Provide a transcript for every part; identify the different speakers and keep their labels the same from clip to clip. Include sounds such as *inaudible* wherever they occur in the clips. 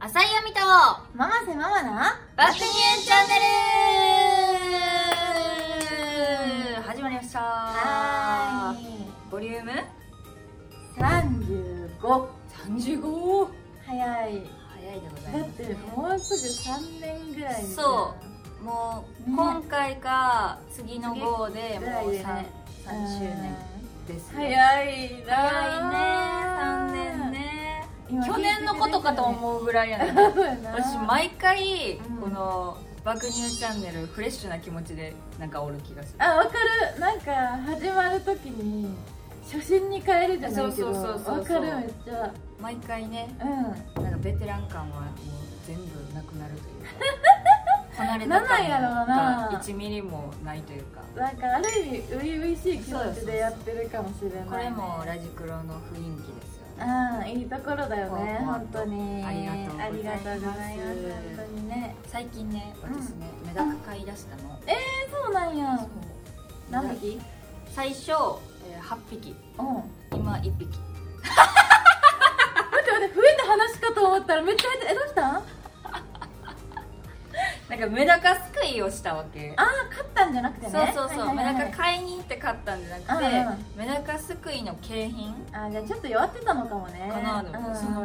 Speaker 1: 浅井亜美と
Speaker 2: ママせママな
Speaker 1: バスニューチャンネル始まりました
Speaker 2: は
Speaker 1: ボリューム
Speaker 2: ーい35
Speaker 1: 35早
Speaker 2: 早い
Speaker 1: いでござ
Speaker 2: だ
Speaker 1: いま
Speaker 2: っ
Speaker 1: す
Speaker 2: てもうすぐ3年ぐらい
Speaker 1: そもう
Speaker 2: ね
Speaker 1: 今回か次の号で
Speaker 2: ぐら
Speaker 1: も
Speaker 2: いうで
Speaker 1: 3,
Speaker 2: ね
Speaker 1: 3周年ですよ
Speaker 2: 早いな
Speaker 1: 早いね3年ね去年のことかと
Speaker 2: う
Speaker 1: 思うぐらいやね
Speaker 2: 多分な
Speaker 1: 私毎回
Speaker 2: うん
Speaker 1: この「爆乳チャンネル」フレッシュな気持ちでなんかおる気がする
Speaker 2: あわかるなんか始まるときに初心に変えるじゃないけ
Speaker 1: そうそ
Speaker 2: ど
Speaker 1: うそうそう
Speaker 2: わかるめっちゃ
Speaker 1: 毎回ね
Speaker 2: う
Speaker 1: なんかベテラン感はもう全部なくなるという *laughs* か離れ
Speaker 2: なんなんやろうな
Speaker 1: 1ミリもないというか
Speaker 2: んなんかある意味初々しい気持ちでやってるかもしれない
Speaker 1: これもラジクロの雰囲気ですよね
Speaker 2: うんいいところだよね
Speaker 1: ほん
Speaker 2: 本
Speaker 1: と
Speaker 2: 当に
Speaker 1: ありがとうございます
Speaker 2: ありがとうございます本当にね
Speaker 1: 最近ね私ね、メダカ買い出したの
Speaker 2: えそうなんや何
Speaker 1: メダ
Speaker 2: 匹
Speaker 1: 最初、えー8匹
Speaker 2: うん
Speaker 1: 今1匹
Speaker 2: 待って待って増えた話かと思ったらめっちゃ増えてえどうしたんあ
Speaker 1: なんかメダカすくいをしたわけ
Speaker 2: あ勝ったんじゃなくて
Speaker 1: そう
Speaker 2: ね
Speaker 1: そうそう、
Speaker 2: はいはいはい
Speaker 1: メダカ買いに行って買ったんじゃなくて、
Speaker 2: うんうん
Speaker 1: メダカすくいの景品
Speaker 2: あじゃあちょっと弱ってたのかもね
Speaker 1: かなでも
Speaker 2: うん
Speaker 1: その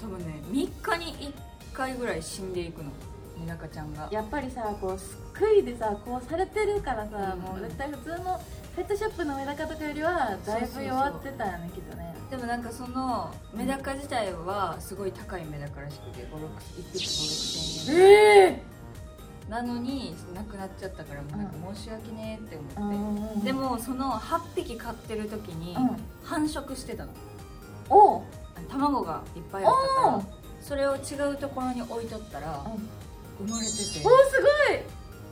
Speaker 1: 多分ね3日に1回ぐらい死んでいくのメダカちゃんが
Speaker 2: やっぱりさこうすっくいでさこうされてるからさ、
Speaker 1: うん
Speaker 2: もう絶対普通のペットショップのメダカとかよりはだいぶ弱ってたよねきっとね
Speaker 1: でもなんかそのメダカ自体はすごい高いメダカらしくて5 6 1匹5 6 0 0 0円
Speaker 2: え
Speaker 1: なのになくなっちゃったからもうなんか申し訳ねえって
Speaker 2: え
Speaker 1: 思ってでもその8匹飼ってる時に
Speaker 2: うん
Speaker 1: 繁殖してたの
Speaker 2: おう
Speaker 1: 卵がいっぱいあった
Speaker 2: お
Speaker 1: か
Speaker 2: ー
Speaker 1: らそれを違うところに置いとったら
Speaker 2: うん
Speaker 1: 生まれてて
Speaker 2: おーすごい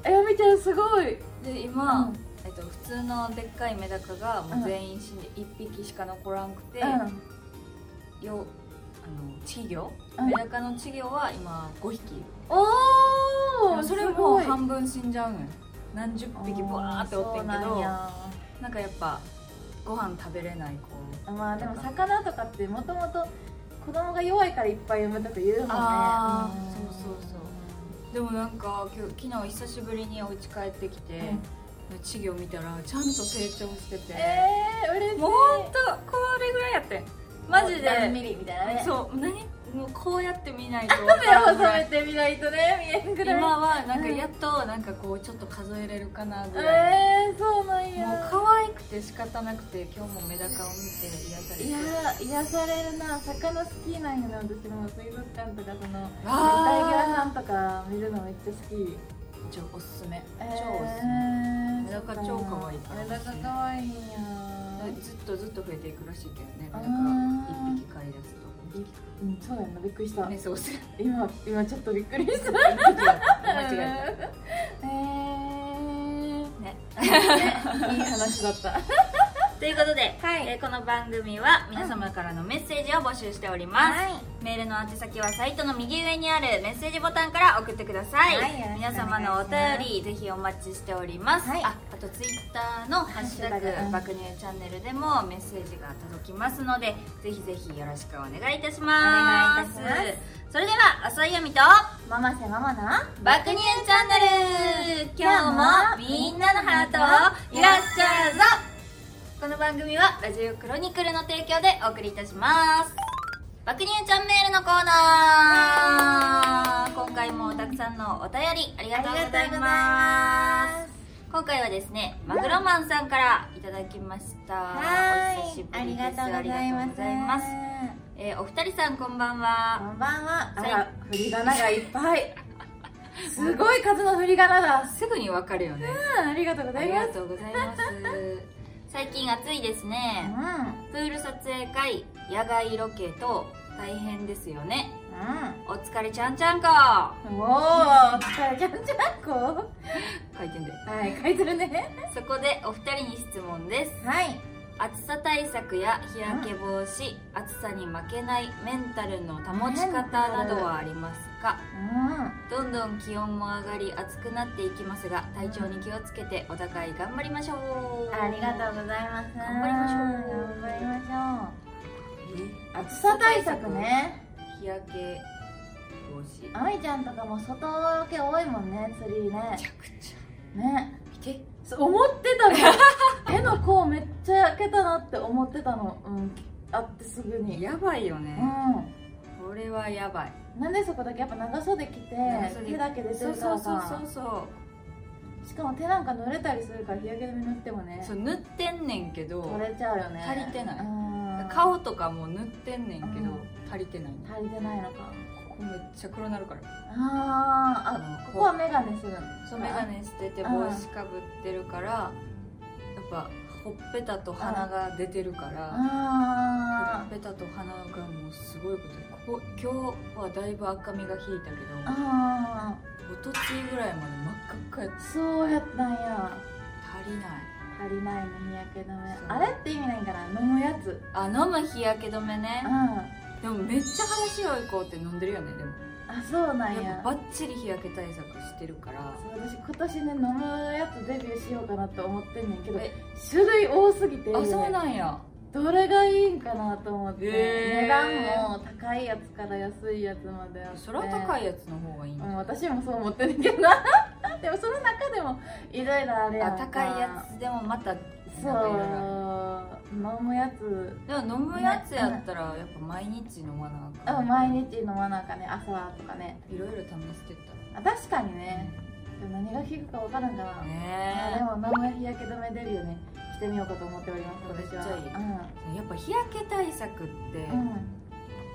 Speaker 2: あやみちゃんすごい
Speaker 1: で今、
Speaker 2: うん
Speaker 1: えっと、普通のでっかいメダカがもう全員死んで1匹しか残らんくて、
Speaker 2: う
Speaker 1: よあの稚魚、
Speaker 2: うん
Speaker 1: メダカの稚魚は今5匹いる
Speaker 2: ん、お
Speaker 1: でも
Speaker 2: お
Speaker 1: それも半分死んじゃうのよ何十匹ブワーっておってんけど
Speaker 2: そうなん
Speaker 1: な
Speaker 2: や
Speaker 1: んかやっぱご飯食べれない子
Speaker 2: まあでも魚とかってもともと子供が弱いからいっぱい産むとか言うもんね
Speaker 1: あー
Speaker 2: ん
Speaker 1: そうそうそうでもなんかきょ昨日久しぶりにお家帰ってきて、
Speaker 2: うん
Speaker 1: 稚魚見たらちゃんと成長してて、
Speaker 2: ええー、嬉しい
Speaker 1: もうほんとこれぐらいやってんマジで
Speaker 2: 何ミリみたいなねう
Speaker 1: そう何もうこうやって見ないと分
Speaker 2: 目を
Speaker 1: からな
Speaker 2: 覚
Speaker 1: い
Speaker 2: めてみないとね見えんぐらい
Speaker 1: 今はなんかやっとなんかこうちょっと数えれるかなぐらい、
Speaker 2: えー、そうなんや
Speaker 1: もう可愛くて仕方なくて今日もメダカを見て癒されて
Speaker 2: いやー癒されるな魚好きなんやな私も水族館とかその熱帯魚屋さんとか見るのめっちゃ好き
Speaker 1: 超おすすめ
Speaker 2: え
Speaker 1: 超
Speaker 2: ー
Speaker 1: おすすめ、メダカ超可愛いから
Speaker 2: メダカ可愛いんや
Speaker 1: ずっとずっと増えていくらしいけどねメダカ
Speaker 2: あー
Speaker 1: 1匹飼い出す
Speaker 2: うんそうやなびっくりした、
Speaker 1: とねそうする
Speaker 2: 今今ちょっとびっくり *laughs* した
Speaker 1: 1匹だった間違え
Speaker 2: えー
Speaker 1: た *laughs* ね
Speaker 2: いい話だった
Speaker 1: ということで、
Speaker 2: はい
Speaker 1: えーこの番組は皆様からのメッセージを募集しております、メールの宛先はサイトの右上にあるメッセージボタンから送ってください、
Speaker 2: はいよろしくお願いしま
Speaker 1: 皆
Speaker 2: す
Speaker 1: 様のお便りぜひお待ちしております、
Speaker 2: はい
Speaker 1: ああとツイッターの「ハッシュタグ
Speaker 2: ハッシュタグうん
Speaker 1: 爆乳チャンネル」でもメッセージが届きますのでぜひぜひよろしくお願いいたします
Speaker 2: お願いいたし
Speaker 1: それでは浅井亜美と
Speaker 2: ママせママな
Speaker 1: 爆乳チャンネル今日もみんなのハートをいらっしゃるぞこの番組はラジオクロニクルの提供でお送りいたします爆乳ちゃんメールのコーナー今回もたくさんのお便りありがとうございます今回はですねマグロマンさんからいただきましたお久しぶりです
Speaker 2: ありがとうござい
Speaker 1: ありがとう
Speaker 2: ま
Speaker 1: ご
Speaker 2: す
Speaker 1: ざいます、えーお二人さんこんばんは
Speaker 2: こんばんはあ
Speaker 1: さ
Speaker 2: ら振り仮名がいっぱい *laughs* すごい数の振り仮名だ
Speaker 1: すぐにわかるよね
Speaker 2: うんありがとうご
Speaker 1: あ
Speaker 2: ざい
Speaker 1: り
Speaker 2: ま
Speaker 1: が
Speaker 2: す
Speaker 1: とうございます。最近暑いですね。プール撮影会、野外ロケと大変ですよね。お疲れちゃんちゃんか。
Speaker 2: うんうんおーお疲れちゃんちゃんこ
Speaker 1: 書いてんで。
Speaker 2: はい書いてるね
Speaker 1: そこでお二人に質問です。
Speaker 2: はい
Speaker 1: 暑さ対策や日焼け防止、暑さに負けないメンタルの保ち方などはありますか
Speaker 2: う
Speaker 1: ど
Speaker 2: ん
Speaker 1: んどん気温も上がり暑くなっていきますが体調に気をつけてお互い頑張りましょう
Speaker 2: ありがとうございます。
Speaker 1: 頑張りましょう
Speaker 2: 頑張りましょ
Speaker 1: え
Speaker 2: う。暑さ対策ね。
Speaker 1: 日焼けうし
Speaker 2: あみちゃんとかも外ロケ多いもんね釣りね
Speaker 1: めちゃくち
Speaker 2: ね
Speaker 1: ゃ見て
Speaker 2: そう思って *laughs* たの手の甲めっちゃ焼けたなって思ってたのうんあってすぐに
Speaker 1: やばいよ
Speaker 2: う
Speaker 1: ね、
Speaker 2: ん
Speaker 1: これはやばい
Speaker 2: なんでそこだけやっぱ長袖着て
Speaker 1: 長袖
Speaker 2: 手だけ出て
Speaker 1: そ
Speaker 2: る
Speaker 1: う
Speaker 2: から
Speaker 1: そう
Speaker 2: か
Speaker 1: そうそうそう
Speaker 2: しかも手なんか濡れたりするから日焼け止め塗ってもね
Speaker 1: そう塗ってんねんけど
Speaker 2: 取れちゃうよね
Speaker 1: 足りてない
Speaker 2: うん
Speaker 1: 顔とかも塗ってんねんけど、
Speaker 2: うん
Speaker 1: 足りてない
Speaker 2: 足りてないのか
Speaker 1: ここめっちゃ黒なるから
Speaker 2: あーあここは眼鏡するの
Speaker 1: そう眼鏡してて
Speaker 2: う
Speaker 1: 帽
Speaker 2: ん
Speaker 1: 子かぶってるからやっぱほっぺたと鼻が出てるからほ
Speaker 2: あ
Speaker 1: っぺたと鼻がもうすごいことでここ今日はだいぶ赤みが引いたけど
Speaker 2: ーあ
Speaker 1: おとついぐらいまで真っ赤っかやっ
Speaker 2: ーそうやったんや
Speaker 1: た足りない
Speaker 2: 足りないね日焼け止め
Speaker 1: そう
Speaker 2: あれって意味ないんかな飲むやつ
Speaker 1: あ飲む日焼け止め
Speaker 2: う
Speaker 1: ね
Speaker 2: んあ
Speaker 1: でもめっちゃ話よいこうって飲んでるよねでも
Speaker 2: そうなん
Speaker 1: や
Speaker 2: や
Speaker 1: っぱバッチリ日焼け対策してるから
Speaker 2: そう私今年ね飲むやつデビューしようかなと思ってんねんけど
Speaker 1: え
Speaker 2: 種類多すぎて
Speaker 1: あそうなんや
Speaker 2: どれがいいんかなと思って、
Speaker 1: へー
Speaker 2: 値段も高いやつから安いやつまであって
Speaker 1: そら高
Speaker 2: い、
Speaker 1: いやつの方がいいん
Speaker 2: う
Speaker 1: だ
Speaker 2: ん、私もそう思ってるけどな *laughs* でもその中でもいろいろあれや
Speaker 1: あ
Speaker 2: んか
Speaker 1: 高いやつでもまた
Speaker 2: そ
Speaker 1: なんかいろいろあ
Speaker 2: う飲むやつ
Speaker 1: るでも飲むやつやったらやっぱ毎日飲まなあか
Speaker 2: うんん毎日飲まなんかね朝とかね
Speaker 1: いろいろ試してっ
Speaker 2: あ確かに
Speaker 1: たら
Speaker 2: ねでも何が効くか分からんかな、あで
Speaker 1: ね
Speaker 2: も名前日焼け止め出るよねしてみようかと思っております
Speaker 1: めっ
Speaker 2: 私
Speaker 1: ち
Speaker 2: は
Speaker 1: ゃいいえやっぱ日焼け対策って
Speaker 2: うん、うん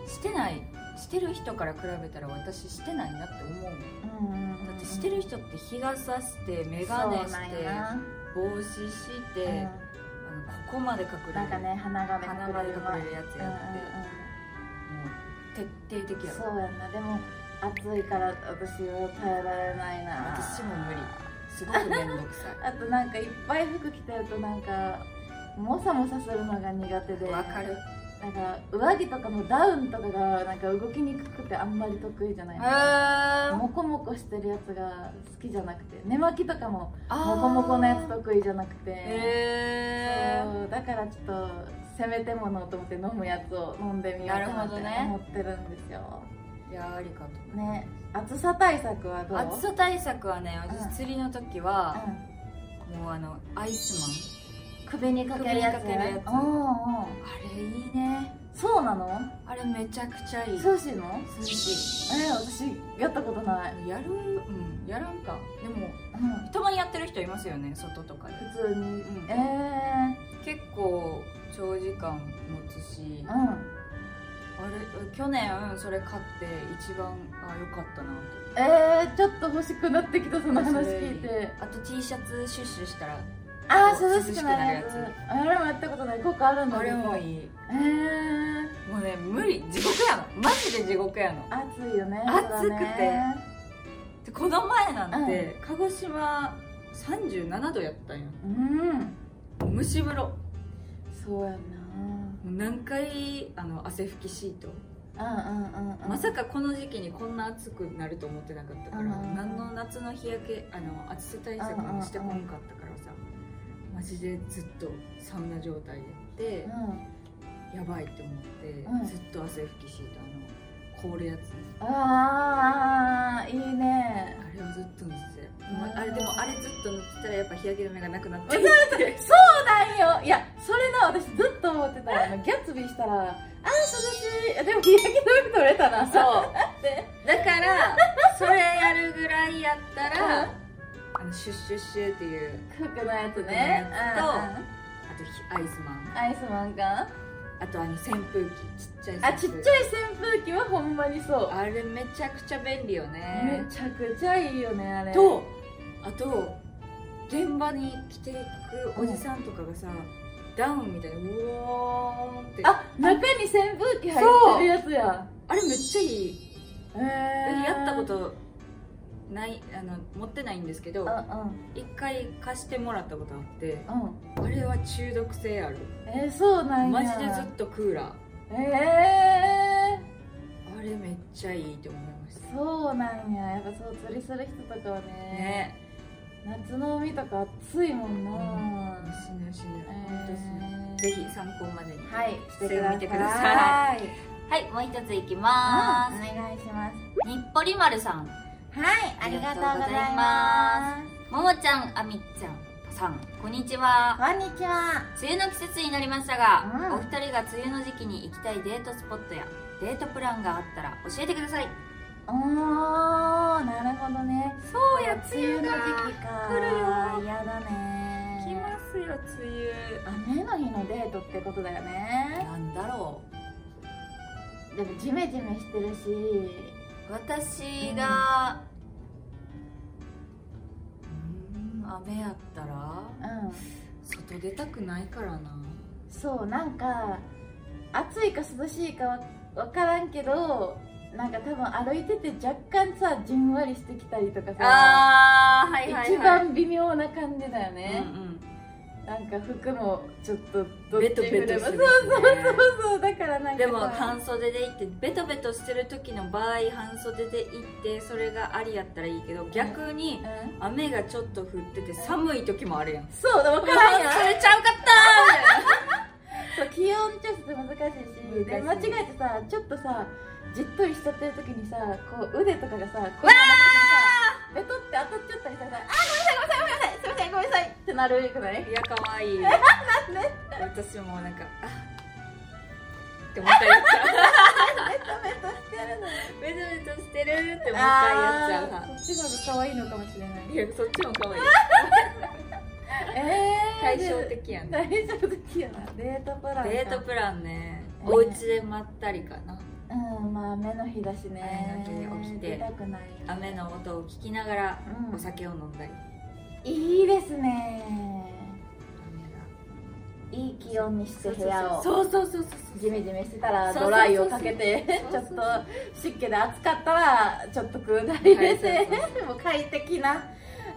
Speaker 1: してないしてる人から比べたら私してないなって思うもん
Speaker 2: うんうんうん、
Speaker 1: だってしてる人って日がさして眼鏡
Speaker 2: そう
Speaker 1: し
Speaker 2: なん
Speaker 1: て
Speaker 2: よな
Speaker 1: 帽子して、
Speaker 2: うん
Speaker 1: あのここまで隠れる
Speaker 2: なんかね鼻がね
Speaker 1: 鼻まで隠れるやつ
Speaker 2: うんうん
Speaker 1: やって、もう徹底的
Speaker 2: うん
Speaker 1: やろ
Speaker 2: そうやんなでも暑いから私は耐えられないな
Speaker 1: 私も無理すごく面倒くさい
Speaker 2: あとなんかいっぱい服着てるとなんかもさもさするのが苦 *laughs* 手で
Speaker 1: わかる
Speaker 2: なんか上着とかもダウンとかがなんか動きにくくてあんまり得意じゃない
Speaker 1: あ
Speaker 2: モコモコしてるやつが好きじゃなくて寝巻きとかもモ
Speaker 1: ー
Speaker 2: コモコのやつ得意じゃなくて、
Speaker 1: へー
Speaker 2: そうだからちょっとせめてものと思って飲むやつを飲んでみようかなって
Speaker 1: なる
Speaker 2: 思
Speaker 1: ほ
Speaker 2: ってるんですよ、
Speaker 1: いやーありかと
Speaker 2: ね暑さ対策はどう
Speaker 1: 暑さ対策はね
Speaker 2: うん
Speaker 1: 私釣りの時
Speaker 2: う
Speaker 1: は、
Speaker 2: ん
Speaker 1: もうあのアイス
Speaker 2: 首にかけるやつ
Speaker 1: 首にかけるやつ
Speaker 2: うんうん
Speaker 1: マンあれいいね
Speaker 2: そうなの
Speaker 1: あれめちゃくちゃいい
Speaker 2: そうしの
Speaker 1: 涼し
Speaker 2: え私やったことない、
Speaker 1: いやるうんやらんかでも
Speaker 2: うん、
Speaker 1: たまにやってる人いますよね外とかで
Speaker 2: 普通に、
Speaker 1: ん
Speaker 2: え
Speaker 1: 結構長時間持つし
Speaker 2: え
Speaker 1: あ
Speaker 2: うん
Speaker 1: れ去年それ買って一番あ良かったなと
Speaker 2: えー、ちょっと欲しくなってきたその話聞い
Speaker 1: そ
Speaker 2: て
Speaker 1: あと T シャツシュッシュしたら
Speaker 2: ああ
Speaker 1: そう
Speaker 2: 涼しくなるや
Speaker 1: 涼
Speaker 2: つ
Speaker 1: しくなる
Speaker 2: あれもやったことない効果あるんだ
Speaker 1: あれも
Speaker 2: い
Speaker 1: いい
Speaker 2: えー、
Speaker 1: もうね無理地獄やのマジで地獄やの
Speaker 2: 暑いよね
Speaker 1: 暑くて
Speaker 2: そらね
Speaker 1: でこの前なんて、鹿児島37度やったんや
Speaker 2: うん
Speaker 1: 蒸し風呂も
Speaker 2: そうや
Speaker 1: う何回あの汗拭きシート、
Speaker 2: なうんうんうんうん
Speaker 1: まさかこの時期にこんな暑くなると思ってなかったから、
Speaker 2: うん
Speaker 1: 何の夏の日焼けあの暑さ対策もしてこんかったからさ、マジでずっとサウナ状態やって
Speaker 2: うん、
Speaker 1: やばいって思って、
Speaker 2: うん
Speaker 1: ずっと汗拭きシートあの凍るやつ
Speaker 2: ああいいね
Speaker 1: あれをずっと塗ってたよ
Speaker 2: うん
Speaker 1: もうあれでもあれずっと塗ってたらやっぱ日焼け止めがなくなっちゃう
Speaker 2: そうなんよいやそれな私ずっと思ってたよあのギャッツビーしたらああ涼しいいやでも日焼け止め取れたな
Speaker 1: そう
Speaker 2: って
Speaker 1: だからそれやるぐらいやったらあのシュッシュッシュっていう
Speaker 2: 服のや
Speaker 1: 服のやつと
Speaker 2: つねうん
Speaker 1: あとひアイスマン
Speaker 2: うんアイスマンか
Speaker 1: あとあの扇風機ちっちゃい
Speaker 2: あ
Speaker 1: 扇
Speaker 2: ちっちゃ
Speaker 1: 風
Speaker 2: い
Speaker 1: 機
Speaker 2: 扇風機はほんまにそう
Speaker 1: あれめちゃくちゃ便利よ
Speaker 2: め
Speaker 1: ね
Speaker 2: ちゃくちゃいいよねあれ
Speaker 1: とあと現場に着ていくおじさんとかがさ、ダウンみたいにうおーんって
Speaker 2: あ中に扇風機入ってるやつや
Speaker 1: あれめっちゃいい
Speaker 2: えー
Speaker 1: やったことないあの持ってないんですけど
Speaker 2: う
Speaker 1: 一回貸してもらったことあって
Speaker 2: んうんうん
Speaker 1: あれは中毒性ある
Speaker 2: えー、そうなんや
Speaker 1: マジでずっとクーラー
Speaker 2: え
Speaker 1: あれめっちゃいいと思いました
Speaker 2: ー、そうなんややっぱそう釣りする人とかはね
Speaker 1: ね
Speaker 2: 夏の海とか暑いもんな、
Speaker 1: え死ぬ死ぬ本当死ぬ
Speaker 2: えー
Speaker 1: ぜひ参考までに
Speaker 2: はい
Speaker 1: してください
Speaker 2: はい
Speaker 1: はいもう一ついきま
Speaker 2: うんお願いします
Speaker 1: す、日ポリマルさん
Speaker 2: はい
Speaker 1: あ
Speaker 2: あ
Speaker 1: り
Speaker 2: り
Speaker 1: が
Speaker 2: が
Speaker 1: と
Speaker 2: と
Speaker 1: うご
Speaker 2: うご
Speaker 1: ざい
Speaker 2: ざ
Speaker 1: ま
Speaker 2: います
Speaker 1: ももちゃんあみっちゃんさんこんにちは
Speaker 2: こんにちは
Speaker 1: 梅雨の季節になりましたが、
Speaker 2: うん
Speaker 1: お二人が梅雨の時期に行きたいデートスポットやデートプランがあったら教えてください
Speaker 2: おーなるほどね
Speaker 1: そう
Speaker 2: の時期か
Speaker 1: 来るよ
Speaker 2: やだね
Speaker 1: 来ますよ梅
Speaker 2: 雨の日のデートってことだよ
Speaker 1: 雨
Speaker 2: ね
Speaker 1: なんだろ
Speaker 2: でもジメジメしてるし
Speaker 1: う私がうーん雨やったら
Speaker 2: うん
Speaker 1: 外出たくないからな
Speaker 2: そうなんか暑いか涼しいかわ分からんけどなんか多分歩いてて若干さじんわりしてきたりとかさ
Speaker 1: あーはいはい、はい、
Speaker 2: 一番微妙な感じだよ
Speaker 1: ね
Speaker 2: ね、なんか服もちょっとど
Speaker 1: ベトベト
Speaker 2: そ
Speaker 1: して
Speaker 2: うそう
Speaker 1: る
Speaker 2: そうそうだからなんか
Speaker 1: でも
Speaker 2: さ
Speaker 1: 半袖で行ってベトベトしてる時の場合半袖で行ってそれがありやったらいいけど逆に
Speaker 2: うん
Speaker 1: 雨がちょっと降ってて寒い時もあるやん
Speaker 2: そうだ分
Speaker 1: そ
Speaker 2: からんやん
Speaker 1: れちゃうかった
Speaker 2: そう気温調節難しいしで間
Speaker 1: 難しい
Speaker 2: 違えてさちょっとさじっとりしちゃってる時にさこう腕とかがさこうなってベトって当たっちゃったりしたらさあごめんなさいごめんなさいごめんなさいすいませんごめんなさいってなるくない
Speaker 1: いや可愛いい私もなんかあってもう一回やっちゃう
Speaker 2: ベトベトしてるのに
Speaker 1: ベトベトしてるってもう一回やっちゃう
Speaker 2: あ
Speaker 1: 派
Speaker 2: ーそっちの方が可愛いのかもしれない
Speaker 1: いやそっちも可愛い
Speaker 2: えー、
Speaker 1: 対照的やね
Speaker 2: 対照的やなデートプランか
Speaker 1: デートプランね
Speaker 2: えー
Speaker 1: お家でまったりかな
Speaker 2: うんまあ雨の日だしね
Speaker 1: 雨の日に起きて
Speaker 2: 出たくないよね
Speaker 1: 雨の音を聞きながら
Speaker 2: うん
Speaker 1: お酒を飲んだり
Speaker 2: いいですねいい気温にして部屋を
Speaker 1: そうそうそうそう
Speaker 2: ジメジメしてたら
Speaker 1: そうそうそうそ
Speaker 2: ド
Speaker 1: う
Speaker 2: ライをかけてち
Speaker 1: そう
Speaker 2: ょ
Speaker 1: そう
Speaker 2: っ
Speaker 1: そう
Speaker 2: と湿気で暑かったらちょっとクーダー入れ
Speaker 1: はい
Speaker 2: て
Speaker 1: そう
Speaker 2: もう快適な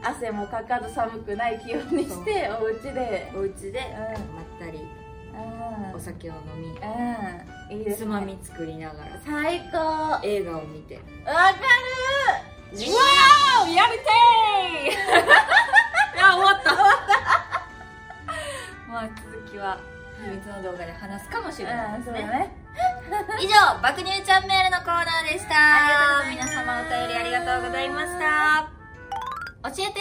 Speaker 2: 汗もかかず寒くない気温にしてお家で
Speaker 1: お家で
Speaker 2: うん
Speaker 1: まったり
Speaker 2: うん
Speaker 1: お酒を飲
Speaker 2: うんいい
Speaker 1: み
Speaker 2: で
Speaker 1: つ
Speaker 2: す
Speaker 1: ま
Speaker 2: ね
Speaker 1: み作りながら
Speaker 2: 最高わかる
Speaker 1: 映画を見て
Speaker 2: わーやりて
Speaker 1: あ終わった終わった *laughs* まあ続きは秘密の動画で話すかもしれない
Speaker 2: ー
Speaker 1: で
Speaker 2: うん
Speaker 1: す
Speaker 2: そう
Speaker 1: ね
Speaker 2: だね
Speaker 1: 以上爆乳ちゃんメールのコーナーでした
Speaker 2: ありが
Speaker 1: 皆
Speaker 2: とうござい
Speaker 1: 様
Speaker 2: ま
Speaker 1: お
Speaker 2: す
Speaker 1: 便りありがとうございました教えて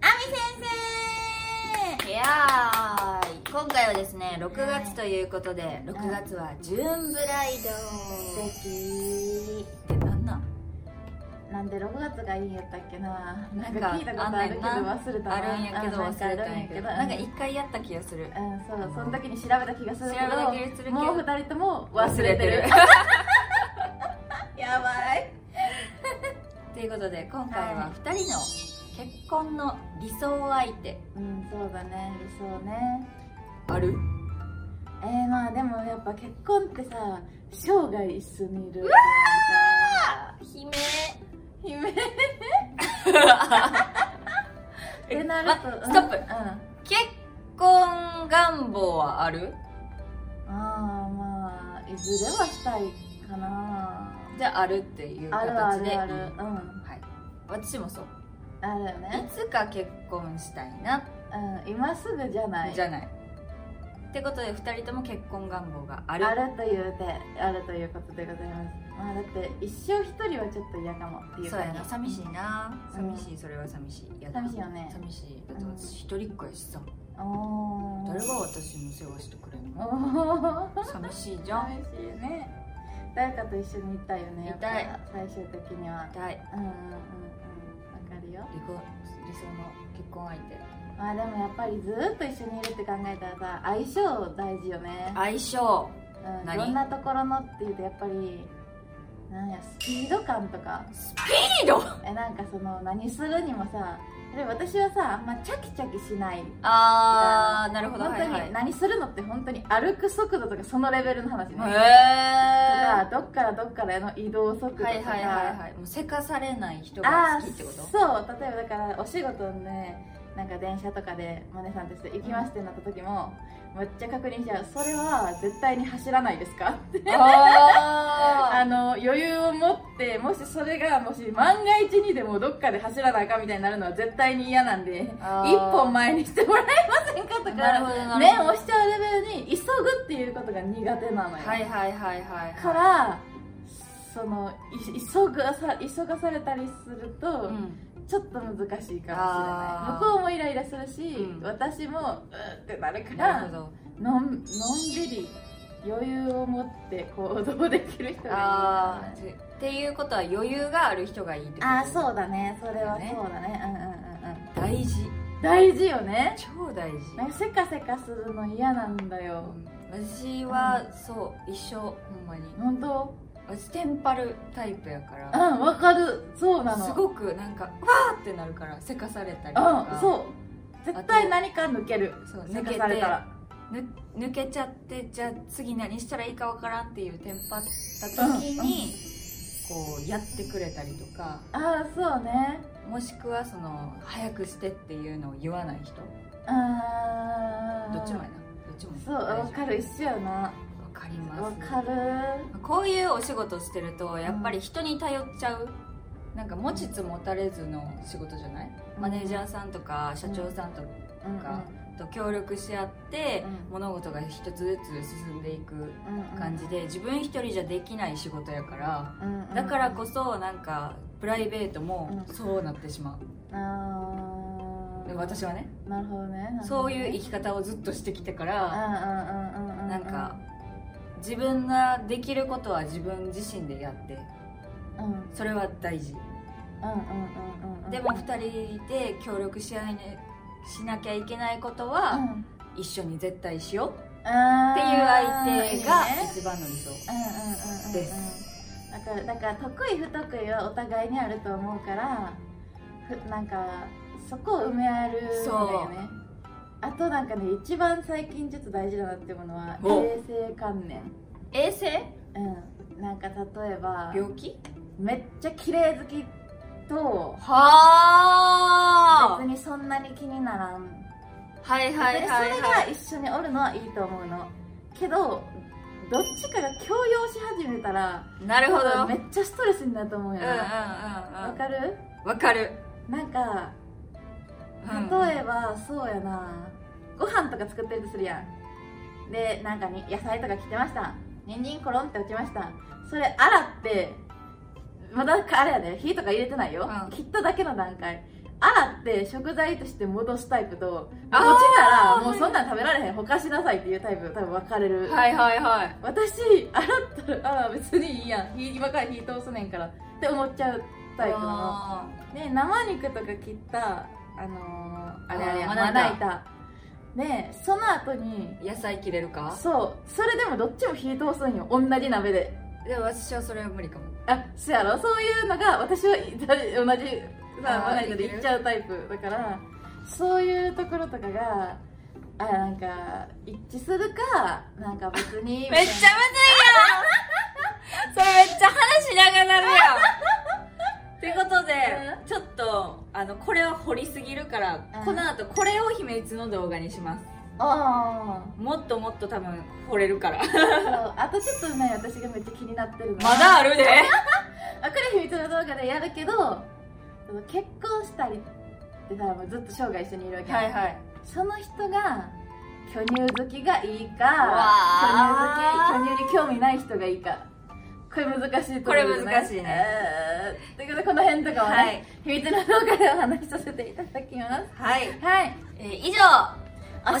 Speaker 2: あみ先
Speaker 1: いやー今回はですね6月ということで、6月はジューンブライド
Speaker 2: 生素
Speaker 1: ってなんなん
Speaker 2: 敵なんで6月がいいんやったっけな
Speaker 1: な
Speaker 2: なんん
Speaker 1: か
Speaker 2: か聞いたことあるけど忘れたわ
Speaker 1: あるんやけど
Speaker 2: う
Speaker 1: 忘れたん
Speaker 2: なんかある
Speaker 1: やけどなんか一回やった気がする
Speaker 2: うん、そう、その時に調べた気がす
Speaker 1: 調
Speaker 2: るけど
Speaker 1: べた気がするけど
Speaker 2: もう二人とも忘れてる *laughs* やばい
Speaker 1: ということで今回は2人の結婚の理想相手
Speaker 2: うん、そうだね、理想ね
Speaker 1: ある
Speaker 2: えー、まあでもやっぱ結婚ってさ生涯一緒にいるうわ
Speaker 1: 姫 *laughs*
Speaker 2: 姫っ
Speaker 1: え
Speaker 2: てなると、
Speaker 1: まストップ
Speaker 2: うん、あ
Speaker 1: 結婚願望はある
Speaker 2: あーまあいずれはしたいかな
Speaker 1: じゃああるっていう
Speaker 2: あるあ
Speaker 1: 形で
Speaker 2: るある
Speaker 1: う
Speaker 2: うんん
Speaker 1: はい私もそう
Speaker 2: あるよ
Speaker 1: い
Speaker 2: ね
Speaker 1: つか結婚したいな
Speaker 2: うん今すぐじゃない
Speaker 1: じゃないってことで2人とも結婚願望がある
Speaker 2: あるというてあるということでございますまあだって一生一人はちょっと嫌かもっていう
Speaker 1: そうやな
Speaker 2: 感じ
Speaker 1: 寂しいな
Speaker 2: うん
Speaker 1: 寂しいそれは寂しいやだ
Speaker 2: 寂しいよね
Speaker 1: 寂しいだって私一人っ子やしさ
Speaker 2: おお
Speaker 1: 誰が私の世話してくれんの
Speaker 2: おー
Speaker 1: 寂しいじゃん
Speaker 2: 寂しいね誰かと一緒にいたいよね
Speaker 1: いたい
Speaker 2: やっぱ最終的には
Speaker 1: 痛い
Speaker 2: うんうんうんうんわかるよ
Speaker 1: 理想の結婚相手
Speaker 2: まあでもやっぱりずっと一緒にいるって考えたらさ相性大事よね、
Speaker 1: 相性
Speaker 2: うん、
Speaker 1: 何
Speaker 2: どんなところのっていうとやっぱりなんやスピード感とか
Speaker 1: スピード
Speaker 2: えなんかその何するにもさ例えば私はさあんまチャキチャキしない
Speaker 1: あーなるほど
Speaker 2: 本
Speaker 1: はいは
Speaker 2: 当
Speaker 1: い
Speaker 2: に何するのって本当に歩く速度とかそのレベルの話
Speaker 1: へ
Speaker 2: ね、とかどっからどっからへの移動速度と
Speaker 1: ー
Speaker 2: か、
Speaker 1: はいはいはいはいもうせかされない人
Speaker 2: あ
Speaker 1: が
Speaker 2: ー
Speaker 1: 好きってこと
Speaker 2: そう例えばだからお仕事ねなんか電車とかでマネさんとして行きますってなった時も、めっちゃ確認しちゃうそれは絶対に走らないですかって *laughs* あ
Speaker 1: あ
Speaker 2: の余裕を持ってもしそれがもし万が一にでもどっかで走らなあかんみたいになるのは絶対に嫌なんで
Speaker 1: あー
Speaker 2: 一本前にしてもらえませんかと
Speaker 1: なるほどなるほど
Speaker 2: か面をしちゃうレベルに急ぐっていうことが苦手なのよ、
Speaker 1: ーはいはいはいはい
Speaker 2: からそのい急がさ急がされたりすると、
Speaker 1: うん
Speaker 2: ちょっと難しいかもしれな
Speaker 1: あー
Speaker 2: い向こうもイライラするし、
Speaker 1: うん
Speaker 2: 私もうーってなるか
Speaker 1: なるほ
Speaker 2: ら
Speaker 1: ど
Speaker 2: のんのんびり余裕を持って行動できる人がいい
Speaker 1: ああっていうことは余裕がある人がいいってこと
Speaker 2: あーそうだねそれは
Speaker 1: そうだ
Speaker 2: そ
Speaker 1: ね
Speaker 2: うだねうんうんうんうん
Speaker 1: 大事
Speaker 2: 大事よね
Speaker 1: 超大事
Speaker 2: なんかせかせかするの嫌なんだ
Speaker 1: う
Speaker 2: よ
Speaker 1: ん私はそう一生ほんまに
Speaker 2: 本当
Speaker 1: 私テンパるタイプやか
Speaker 2: うん
Speaker 1: ら
Speaker 2: わかるそうなの
Speaker 1: すごくなんかわーってなるからせかされたりと
Speaker 2: う
Speaker 1: か
Speaker 2: んそう絶対何か抜ける
Speaker 1: そう
Speaker 2: せ
Speaker 1: 抜
Speaker 2: か
Speaker 1: け
Speaker 2: されたら
Speaker 1: てぬ抜けちゃってじゃあ次何したらいいかわからんっていうテンパった時にこうやってくれたりとか
Speaker 2: ああそうね
Speaker 1: もしくはその早くしてっていうのを言わない人
Speaker 2: あー
Speaker 1: どっちもやなどっちも
Speaker 2: そうわかる一緒やな
Speaker 1: わかります
Speaker 2: わかる
Speaker 1: こういうお仕事してるとやっぱり人に頼っちゃうなんか持ちつ持たれずの仕事じゃないマネージャーさんとか社長さんと
Speaker 2: うん
Speaker 1: かと協力し合って
Speaker 2: うん
Speaker 1: 物事が一つずつ進んでいく
Speaker 2: うんうん
Speaker 1: 感じで自分一人じゃできない仕事やから
Speaker 2: うんうん
Speaker 1: だからこそなんかプライベートも
Speaker 2: うん
Speaker 1: そうなってしまう
Speaker 2: あ
Speaker 1: で
Speaker 2: ー
Speaker 1: 私はね
Speaker 2: なるほどね
Speaker 1: そういう生
Speaker 2: き
Speaker 1: き方をずっとしてきてから
Speaker 2: な
Speaker 1: なんか自分ができることは自分自身でやって
Speaker 2: うんうんうん
Speaker 1: それは大事
Speaker 2: うんうんうん
Speaker 1: でも2人で協力し合いねしなきゃいけないことは
Speaker 2: ん
Speaker 1: 一緒に絶対しよう
Speaker 2: あー
Speaker 1: っていう相手が
Speaker 2: いいね
Speaker 1: 一番の理想
Speaker 2: うんうんうんうん
Speaker 1: で
Speaker 2: だからだから得意不得意はお互いにあると思うからふなんかそこを埋め合えるんだよねあとなんかね一番最近ちょっと大事だなって思うのは
Speaker 1: お
Speaker 2: 衛生観念
Speaker 1: 衛生
Speaker 2: うんなんか例えば
Speaker 1: 病気
Speaker 2: めっちゃ綺麗好きと
Speaker 1: は
Speaker 2: 別にそんなに気にならん
Speaker 1: はい
Speaker 2: 別
Speaker 1: はい
Speaker 2: に
Speaker 1: はいはい
Speaker 2: それが一緒におるのはいいと思うのけどどっちかが強要し始めたら
Speaker 1: なるほどうんうんうん
Speaker 2: めっちゃストレスになると思うよ
Speaker 1: う
Speaker 2: な、わ
Speaker 1: ん
Speaker 2: かる
Speaker 1: わかる
Speaker 2: なんか
Speaker 1: うん
Speaker 2: 例えば、そうやなご飯とか作ってるとするやんでなんかに野菜とか切ってました人参コロンって落ちましたそれ洗ってまだあれやで火とか入れてないよ、
Speaker 1: うん
Speaker 2: 切っただけの段階洗って食材として戻すタイプと落ち
Speaker 1: あー
Speaker 2: たらもうそんなん食べられへんほかしなさいっていうタイプ多分分かれる、
Speaker 1: はいはいはい
Speaker 2: 私洗ったらあー別にいいやん火今から火通すねんからって思っちゃうタイプなの
Speaker 1: あ
Speaker 2: で生肉とか切ったあのー、あれあれや
Speaker 1: あーま
Speaker 2: まな
Speaker 1: な
Speaker 2: 板
Speaker 1: 板
Speaker 2: でその後に
Speaker 1: ー野菜切れるか
Speaker 2: そうそれでもどっちも火通すんよ同じ鍋で
Speaker 1: でも私はそれは無理かも
Speaker 2: あそうやろそういうのが私は誰同じさ
Speaker 1: あー
Speaker 2: まな板でいっちゃうタイプだからそういうところとかがあなんか一致するかなんか別にみた
Speaker 1: め
Speaker 2: い
Speaker 1: っちゃむず
Speaker 2: な
Speaker 1: いやん *laughs* それめっちゃ話し長なるやんってことで
Speaker 2: う
Speaker 1: ちょっとあのこれは掘りすぎるから
Speaker 2: うん
Speaker 1: この後これを秘密の動画にします
Speaker 2: あー
Speaker 1: もっともっと多分掘れるから
Speaker 2: そうあとちょっとね私がめっちゃ気になってるのは
Speaker 1: まだあるで
Speaker 2: わかる秘密の動画でやるけどその結婚したりってさもうずっと生涯一緒にいるわけ、
Speaker 1: はい
Speaker 2: その人が巨乳好きがいいか
Speaker 1: わ
Speaker 2: 巨乳好き巨乳に興味ない人がいいかこれ難しい
Speaker 1: こ
Speaker 2: と思う
Speaker 1: れ
Speaker 2: よね
Speaker 1: 難しいね
Speaker 2: えーということでこの辺とかはね、
Speaker 1: はい
Speaker 2: 秘密の動画でお話しさせていただきます
Speaker 1: はい、
Speaker 2: はい
Speaker 1: えー以上教えてあ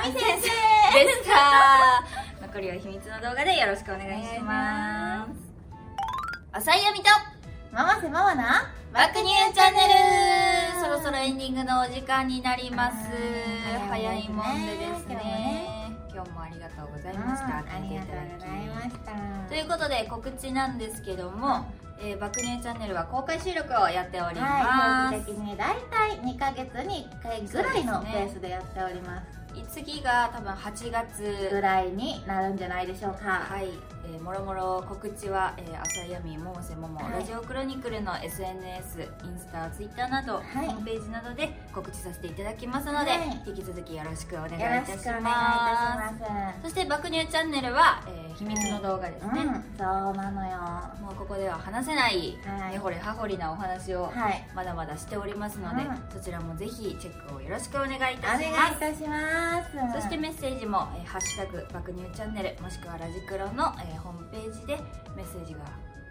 Speaker 1: み先生でした *laughs* 残りは秘密の動画でよろしくお願いします浅井あみと
Speaker 2: ママせママな
Speaker 1: バックニューチャンネルそろそろエンディングのお時間になります
Speaker 2: うん
Speaker 1: 早いもんでです
Speaker 2: 早いですね
Speaker 1: ね今日もありがとうございました
Speaker 2: うんありがとうございました
Speaker 1: ということで告知なんですけども、えー、バックニューチャンネルは公開収録をやっておりま
Speaker 2: は
Speaker 1: す、
Speaker 2: い、定期的に大体2ヶ月に1回ぐらいのペースでやっております
Speaker 1: 次が多分8
Speaker 2: ぐ
Speaker 1: 月
Speaker 2: らいになるんじゃないでしょうか
Speaker 1: はい、えーもろもろ告知は、えー、浅井亜美百瀬桃、
Speaker 2: はい
Speaker 1: ラジオクロニクルの SNS インスタツイッターなど、
Speaker 2: い
Speaker 1: ホームページなどで告知させていただきますので、
Speaker 2: はい
Speaker 1: 引き続きよろしくお願いい
Speaker 2: よろ
Speaker 1: た
Speaker 2: しくお願いいた
Speaker 1: し
Speaker 2: し
Speaker 1: ます
Speaker 2: ます
Speaker 1: そして「爆乳チャンネルは」えー秘密の動画です
Speaker 2: うん
Speaker 1: ね、
Speaker 2: そうなのよは
Speaker 1: もうここでは話せない
Speaker 2: はい
Speaker 1: 根掘、り葉掘りなお話を
Speaker 2: い
Speaker 1: まだまだしておりますので、
Speaker 2: うん
Speaker 1: そちらもぜひチェックをよろしくお願いいたし
Speaker 2: お願いい
Speaker 1: ます
Speaker 2: たしま
Speaker 1: そ
Speaker 2: す
Speaker 1: してメッセージも「えーハッシュタグ爆乳チャンネル」もしくはラジクロの、えーホームページでメッセージが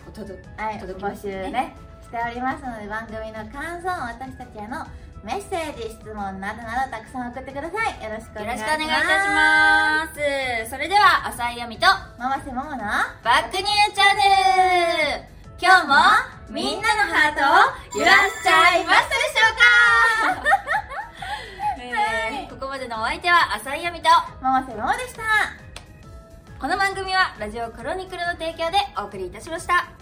Speaker 1: おとど
Speaker 2: はい、
Speaker 1: 届き
Speaker 2: 募
Speaker 1: ます
Speaker 2: 集
Speaker 1: ね
Speaker 2: ねしておりますので番組の感想私たちへのメッセージ質問などなどたくさん送ってくださいよろしくお
Speaker 1: よ
Speaker 2: 願
Speaker 1: ろ
Speaker 2: い
Speaker 1: し
Speaker 2: し
Speaker 1: くお
Speaker 2: ます
Speaker 1: 願いいたしますそれでは浅井亜美と
Speaker 2: ママセモモの
Speaker 1: バックニューチャンネル今日もみんなのハートを揺らしちゃいましたでしょうか、
Speaker 2: はい
Speaker 1: えーここまでのお相手は浅井亜美と
Speaker 2: ママセモモでした
Speaker 1: この番組はラジオクロニクルの提供でお送りいたしました